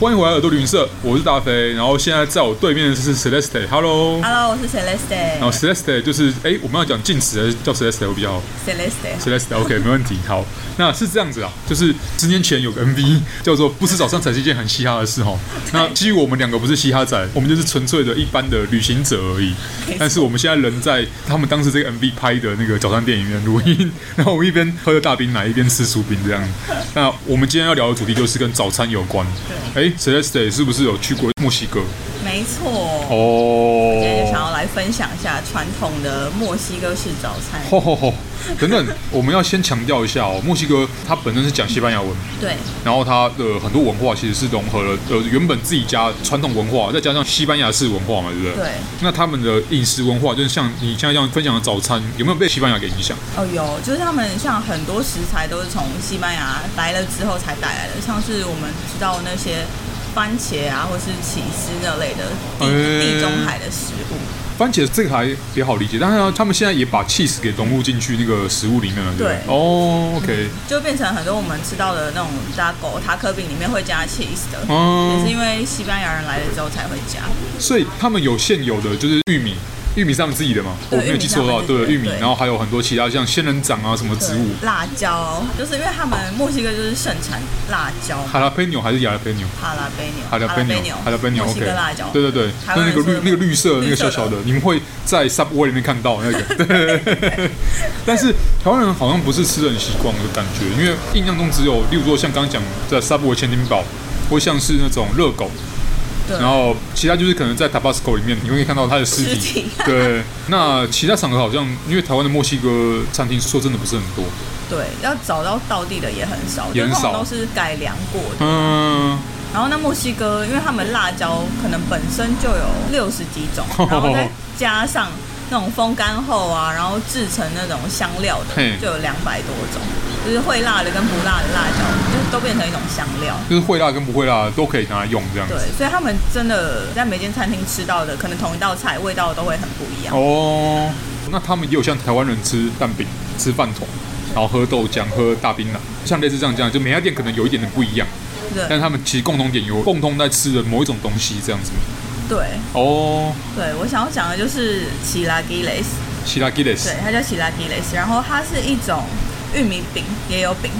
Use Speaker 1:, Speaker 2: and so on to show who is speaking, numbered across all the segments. Speaker 1: 欢迎回来耳朵旅行社，我是大飞。然后现在在我对面的是 Celeste，Hello。
Speaker 2: Hello，我是
Speaker 1: 然后
Speaker 2: Celeste。
Speaker 1: Celeste 就是，哎，我们要讲近词还是叫 Celeste 会比较好
Speaker 2: Celeste，
Speaker 1: ？Celeste，OK，、没问题。好，那是这样子啊，就是十年前有个 MV 叫做《不吃早餐才是一件很嘻哈的事》哈。那基于我们两个不是嘻哈仔，我们就是纯粹的一般的旅行者而已
Speaker 2: 没错。
Speaker 1: 但是我们现在人在他们当时这个 MV 拍的那个早餐店里面录音，然后我们一边喝着大冰奶，一边吃薯饼这样。那我们今天要聊的主题就是跟早餐有关。哎，Celeste 是不是有去过墨西哥？
Speaker 2: 没错。
Speaker 1: 哦，
Speaker 2: 今天就想要来分享一下传统的墨西哥式早餐。
Speaker 1: 吼吼吼！等等，我们要先强调一下哦，墨西哥它本身是讲西班牙文，
Speaker 2: 对，
Speaker 1: 然后它的很多文化其实是融合了呃原本自己家传统文化，再加上西班牙式文化嘛，对不对？
Speaker 2: 对。
Speaker 1: 那他们的饮食文化，就是像你现在这样分享的早餐，有没有被西班牙给影响？
Speaker 2: 哦有，就是他们像很多食材都是从西班牙来了之后才带来的，像是我们知道那些番茄啊，或是起司那类的地
Speaker 1: 哎
Speaker 2: 地中海的食物。
Speaker 1: 番茄这个还比较好理解，但是呢，他们现在也把 cheese 给融入进去那个食物里面了，对不对？
Speaker 2: 对
Speaker 1: 哦，OK，
Speaker 2: 就变成很多我们吃到的那种大狗塔可饼里面会加 cheese 的，也是
Speaker 1: 嗯，
Speaker 2: 因为西班牙人来了之后才会加。
Speaker 1: 所以他们有现有的就是玉米。玉米是他们自己的嘛，我
Speaker 2: 对
Speaker 1: 没有记错的话，
Speaker 2: 玉米是他们自己
Speaker 1: 对
Speaker 2: 的
Speaker 1: 玉米，
Speaker 2: 对
Speaker 1: 然后还有很多其他像仙人掌啊什么植物，
Speaker 2: 辣椒，就是因为他们墨西哥就是盛产辣椒嘛，
Speaker 1: 哈拉佩纽还是亚拉佩纽？
Speaker 2: 哈拉贝牛，
Speaker 1: 哈拉佩纽，哈拉佩纽
Speaker 2: 墨西
Speaker 1: ，OK，
Speaker 2: 哥辣椒，
Speaker 1: 对对对，那
Speaker 2: 台湾
Speaker 1: 那
Speaker 2: 人
Speaker 1: 个绿
Speaker 2: 说
Speaker 1: 那个绿色的那个
Speaker 2: 绿色
Speaker 1: 小
Speaker 2: 的
Speaker 1: 小的，你们会在 Subway 里面看到那个， 对对对对对。但是台湾人好像不是吃的很习惯的感觉，因为印象中只有，例如说像刚刚讲在 Subway 千金堡，或像是那种热狗，
Speaker 2: 对
Speaker 1: 然后其他就是可能在 Tabasco 里面你会看到它的尸体
Speaker 2: 尸体。
Speaker 1: 对，那其他场合好像因为台湾的墨西哥餐厅说真的不是很多，
Speaker 2: 对，要找到道地的也很少，
Speaker 1: 也很
Speaker 2: 就通常
Speaker 1: 少
Speaker 2: 都是改良过的。
Speaker 1: 嗯，
Speaker 2: 然后那墨西哥，因为他们辣椒可能本身就有六十几 种，然后再加上那种风干后啊，然后制成那种香料
Speaker 1: 嘿
Speaker 2: 的，就有两百多种，就是会辣的跟不辣的辣椒，就是都变成一种香料。
Speaker 1: 就是会辣跟不会辣都可以拿来用这样子
Speaker 2: 对。，所以他们真的在每间餐厅吃到的，可能同一道菜味道都会很不一样。
Speaker 1: 哦，那他们也有像台湾人吃蛋饼、吃饭桶，然后喝豆浆、喝大冰奶，像类似这样这样，就每家店可能有一点点不一样，但
Speaker 2: 对
Speaker 1: 是他们其实共同点有共同在吃的某一种东西这样子。
Speaker 2: 对
Speaker 1: 哦，
Speaker 2: 对，我想要讲的就是奇拉基雷斯，
Speaker 1: 希拉基雷斯
Speaker 2: 对，它叫奇拉基雷斯，然后它是一种玉米饼，也有饼。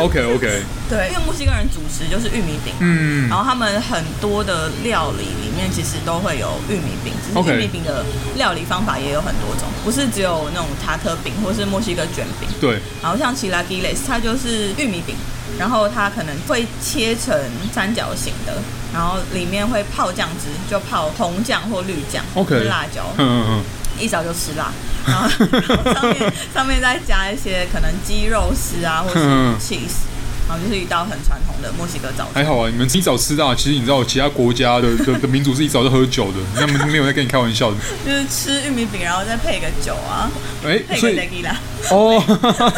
Speaker 1: ，OK OK，
Speaker 2: 对，因为墨西哥人主食就是玉米饼，
Speaker 1: 嗯
Speaker 2: 然，后他们很多的料理里面其实都会有玉米饼，只是
Speaker 1: OK
Speaker 2: 玉米饼的料理方法也有很多种，不是只有那种塔可饼或是墨西哥卷饼。
Speaker 1: 对，
Speaker 2: 然后像奇拉基雷斯，它就是玉米饼，然后它可能会切成三角形的，然后里面会泡酱汁，就泡红酱或绿酱
Speaker 1: OK
Speaker 2: 是辣椒，
Speaker 1: 嗯嗯嗯，
Speaker 2: 一早就吃辣。然后然后上面上面再加一些可能鸡肉丝啊，或是
Speaker 1: 嗯
Speaker 2: cheese，然后就是一道很传统的墨西哥早餐。
Speaker 1: 还好啊。你们一早吃辣，其实你知道其他国家的的的民族是一早就喝酒的，他们没有在跟你开玩笑 的。
Speaker 2: 就是吃玉米饼，然后再配个酒啊，
Speaker 1: 哎，
Speaker 2: 配
Speaker 1: 所
Speaker 2: 个
Speaker 1: 以
Speaker 2: tequila。
Speaker 1: 哦，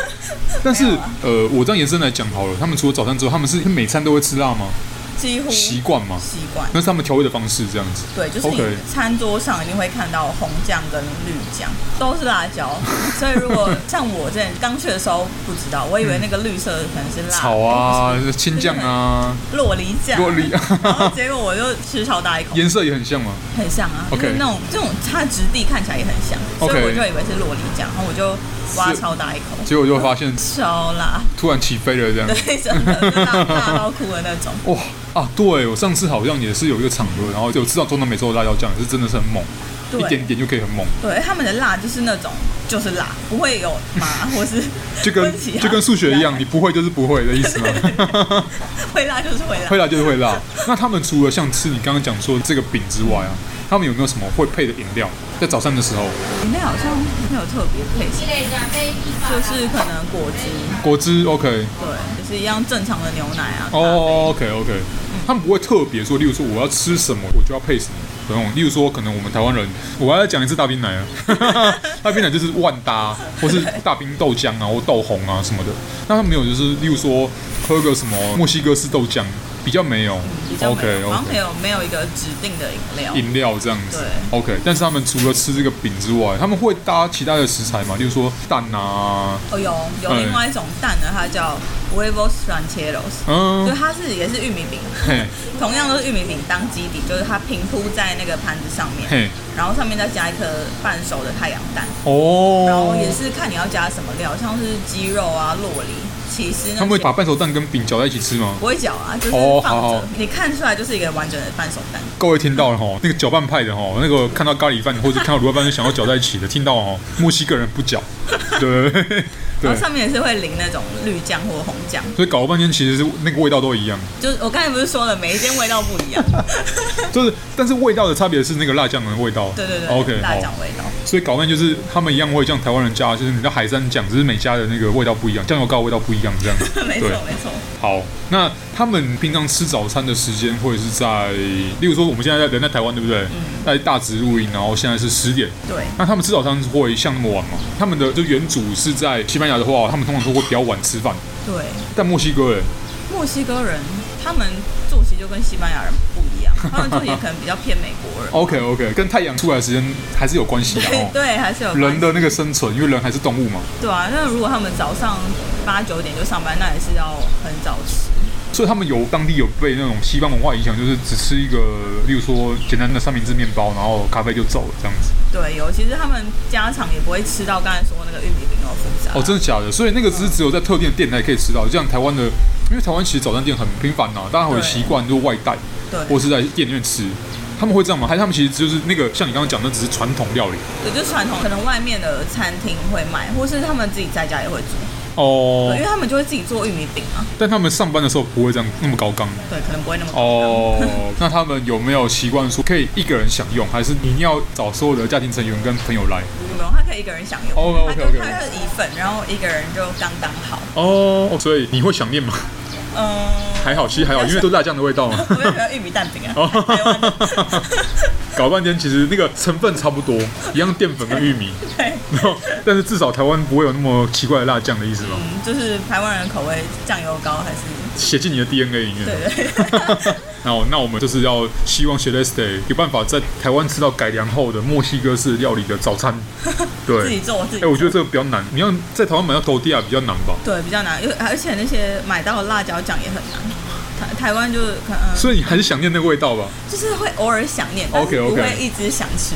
Speaker 1: 但是
Speaker 2: 没有啊
Speaker 1: 呃，我这样延伸来讲好了，他们除了早餐之后，他们是每餐都会吃辣吗？
Speaker 2: 几乎
Speaker 1: 习
Speaker 2: 习
Speaker 1: 惯吗？
Speaker 2: 惯。
Speaker 1: 那是他们调味的方式这样子。
Speaker 2: 对，就是你
Speaker 1: OK
Speaker 2: 餐桌上一定会看到红酱跟绿酱，都是辣 椒。所以如果像我之前刚去的时候不知道，我以为那个绿色的可能是辣，
Speaker 1: 草啊，青酱啊，
Speaker 2: 洛梨酱，
Speaker 1: 洛梨，
Speaker 2: 然后结果我就吃超大一口，
Speaker 1: 颜色 也很像嘛。
Speaker 2: 很像啊
Speaker 1: OK
Speaker 2: 就是那种这种它质地看起来也很像，所
Speaker 1: OK
Speaker 2: 以我就以为是洛梨酱，然后我就是挖超大一口，
Speaker 1: 结果就发现
Speaker 2: 超辣，
Speaker 1: 突然起飞了这样。
Speaker 2: 对，真的就辣辣到哭的那种。
Speaker 1: 哇啊，对我上次好像也是有一个场合，然后有吃到中南美洲的辣椒酱，是真的是很猛，
Speaker 2: 对
Speaker 1: 一点点就可以很猛，
Speaker 2: 对，他们的辣就是那种就是辣，不会有 麻或是
Speaker 1: 就 跟
Speaker 2: 温起啊
Speaker 1: 就跟数学一样，你不会就是不会的意思吗？
Speaker 2: 会辣就是会
Speaker 1: 会
Speaker 2: 辣。
Speaker 1: 辣就是会辣。那他们除了像吃你刚刚讲说这个饼之外啊，他们有没有什么会配的饮料？在早餐的时候，
Speaker 2: 里面好像没有特别配什么，就是可能果汁，
Speaker 1: 果汁 OK，
Speaker 2: 对，就是一样正常的牛奶啊。
Speaker 1: 哦、o k OK，他们不会特别说，例如说我要吃什么，我就要配什么。那种，例如说，可能我们台湾人，我还要讲一次大冰奶啊， 大冰奶就是万搭，或是大冰豆浆啊，或豆红啊什么的。那他们没有，就是例如说喝个什么墨西哥式豆浆，比较没有
Speaker 2: 比较没有
Speaker 1: OK
Speaker 2: 好像没
Speaker 1: OK
Speaker 2: 有没有一个指定的饮料。
Speaker 1: 饮料这样子
Speaker 2: 对
Speaker 1: ，OK。但是他们除了吃这个饼之外，他们会搭其他的食材嘛，例如说蛋啊，
Speaker 2: 哦，有有
Speaker 1: 嗯
Speaker 2: 另外一种蛋呢，它叫 huevos rancheros，就
Speaker 1: 嗯，
Speaker 2: 它是也是玉米饼，
Speaker 1: 嘿，
Speaker 2: 同样都是玉米饼当基底，就是它平铺在那个盘子上面，
Speaker 1: 嘿，
Speaker 2: 然后上面再加一颗半熟的太阳蛋，然后
Speaker 1: 哦，
Speaker 2: 也是看你要加什么料，像是鸡肉啊、洛梨、起司
Speaker 1: 他
Speaker 2: 那
Speaker 1: 们会
Speaker 2: 些
Speaker 1: 把。半熟蛋跟饼搅在一起吃吗？
Speaker 2: 不会搅啊，就是
Speaker 1: 哦
Speaker 2: 放
Speaker 1: 好
Speaker 2: 着
Speaker 1: 好，
Speaker 2: 你看出来就是一个完整的半熟蛋。
Speaker 1: 各位听到了哈，那个搅拌派的哈，那个看到咖喱饭或者看到卤肉饭就想要搅在一起的，听到哦，墨西哥人不 搅，对
Speaker 2: 然
Speaker 1: 对
Speaker 2: 后，上面也是会淋那种绿酱或红酱，
Speaker 1: 所以搞了半天其实是那个味道都一样，
Speaker 2: 就是我刚才不是说了，每一间味道不一样，
Speaker 1: 就是但是味道的差别是那个辣酱的味道，
Speaker 2: 对对 对
Speaker 1: ，OK，
Speaker 2: 辣
Speaker 1: 好。
Speaker 2: 酱味道，
Speaker 1: 所以搞面就是他们一样会像台湾人加，就是你的海山酱，只是每家的那个味道不一样，酱油膏味道不一样
Speaker 2: 。
Speaker 1: 这样子
Speaker 2: 没
Speaker 1: 对，
Speaker 2: 错没错，
Speaker 1: 好，那他们平常吃早餐的时间会是在，例如说我们现在在人在台湾对不对？
Speaker 2: 嗯
Speaker 1: 在大直录音，然后现在是十点。
Speaker 2: 对，
Speaker 1: 那他们吃早餐会像那么晚吗？他们的就原主是在西班牙的话，他们通常都会比较晚吃饭。
Speaker 2: 对，
Speaker 1: 但墨西哥人，欸
Speaker 2: 墨西哥人他们作息就跟西班牙人不一 样，他们作息可能比较偏美国人，
Speaker 1: OK OK，跟太阳出来的时间还是有关系的
Speaker 2: 对
Speaker 1: 哦。
Speaker 2: 对，还是有关
Speaker 1: 人
Speaker 2: 系
Speaker 1: 的那个生存，因为人还是动物嘛，
Speaker 2: 对啊。那如果他们早上八九点就上班，那也是要很早吃，
Speaker 1: 所以他们有当地有被那种西方文化影响，就是只吃一个，例如说简单的三明治面包，然后咖啡就走了这样子。
Speaker 2: 对，有其实他们家常也不会吃到刚才说那个玉米饼肉复杂，
Speaker 1: 哦，真的假的？所以那个只是只有在特定的店才可以吃到，就像台湾的，因为台湾其实早餐店很频繁呐、啊大家会
Speaker 2: 对
Speaker 1: 习惯就外带
Speaker 2: 对，
Speaker 1: 或是在店里面吃。他们会这样吗？还是他们其实就是那个像你刚刚讲的，只是传统料理？
Speaker 2: 对，就传统可能外面的餐厅会卖，或是他们自己在家也会煮。
Speaker 1: 哦
Speaker 2: 对，因为他们就会自己做玉米饼嘛，
Speaker 1: 但他们上班的时候不会这样那么高纲。
Speaker 2: 对，可能不会那么
Speaker 1: 哦， 那他们有没有习惯说可以一个人享用，还是你要找所有的家庭成员跟朋友来？
Speaker 2: 没有，他可以一个人享用，
Speaker 1: 哦
Speaker 2: 他就
Speaker 1: OK，OK，OK
Speaker 2: 他就是一份，然后一个人就刚刚好，
Speaker 1: 哦，所以你会想念吗？
Speaker 2: 嗯，
Speaker 1: 还好，其实还 好，因为都辣酱的味道嘛。
Speaker 2: 我比较喜欢玉米蛋饼啊，
Speaker 1: 哦
Speaker 2: 台湾的
Speaker 1: 搞半天，其实那个成分差不 多，一样淀粉跟玉米，
Speaker 2: 对，
Speaker 1: 然后 但是至少台湾不会有那么奇怪的辣酱的意思嘛，
Speaker 2: 嗯，就是台湾人口味酱油膏还是
Speaker 1: 写进你的 DNA 里面。
Speaker 2: 对对，
Speaker 1: 那我那我们就是要希望 s h e l e s t e 有办法在台湾吃到改良后的墨西哥式料理的早餐。
Speaker 2: 自己
Speaker 1: 对，
Speaker 2: 做自己
Speaker 1: 哎，。我觉得这个比较难，你要在台湾买到头地啊比较难吧？
Speaker 2: 对，比较难，因为而且那些买到的辣椒酱也很难。台台湾就是可能、
Speaker 1: 所以你还是想念那个味道吧？
Speaker 2: 就是会偶尔想念，但是
Speaker 1: OK，OK
Speaker 2: 不会一直想吃。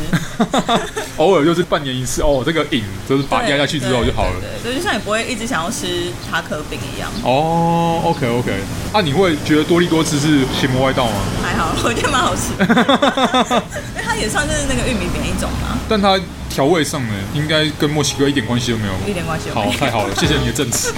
Speaker 1: 偶尔就是半年一次哦，这个瘾就是 把它
Speaker 2: 对
Speaker 1: 压下去之后就好了。
Speaker 2: 对，对对就像你不会一直想要吃塔可饼一样。
Speaker 1: 哦，OK OK，啊，你会觉得多利多汁是邪魔外道吗？
Speaker 2: 还好，我觉得蛮好吃 的， 因为它也算是那个玉米饼一种嘛，
Speaker 1: 但它调味上呢，应该跟墨西哥一点关系都没有。
Speaker 2: 一点关系都没
Speaker 1: 好，
Speaker 2: 有。
Speaker 1: 太好了，谢谢你的证词。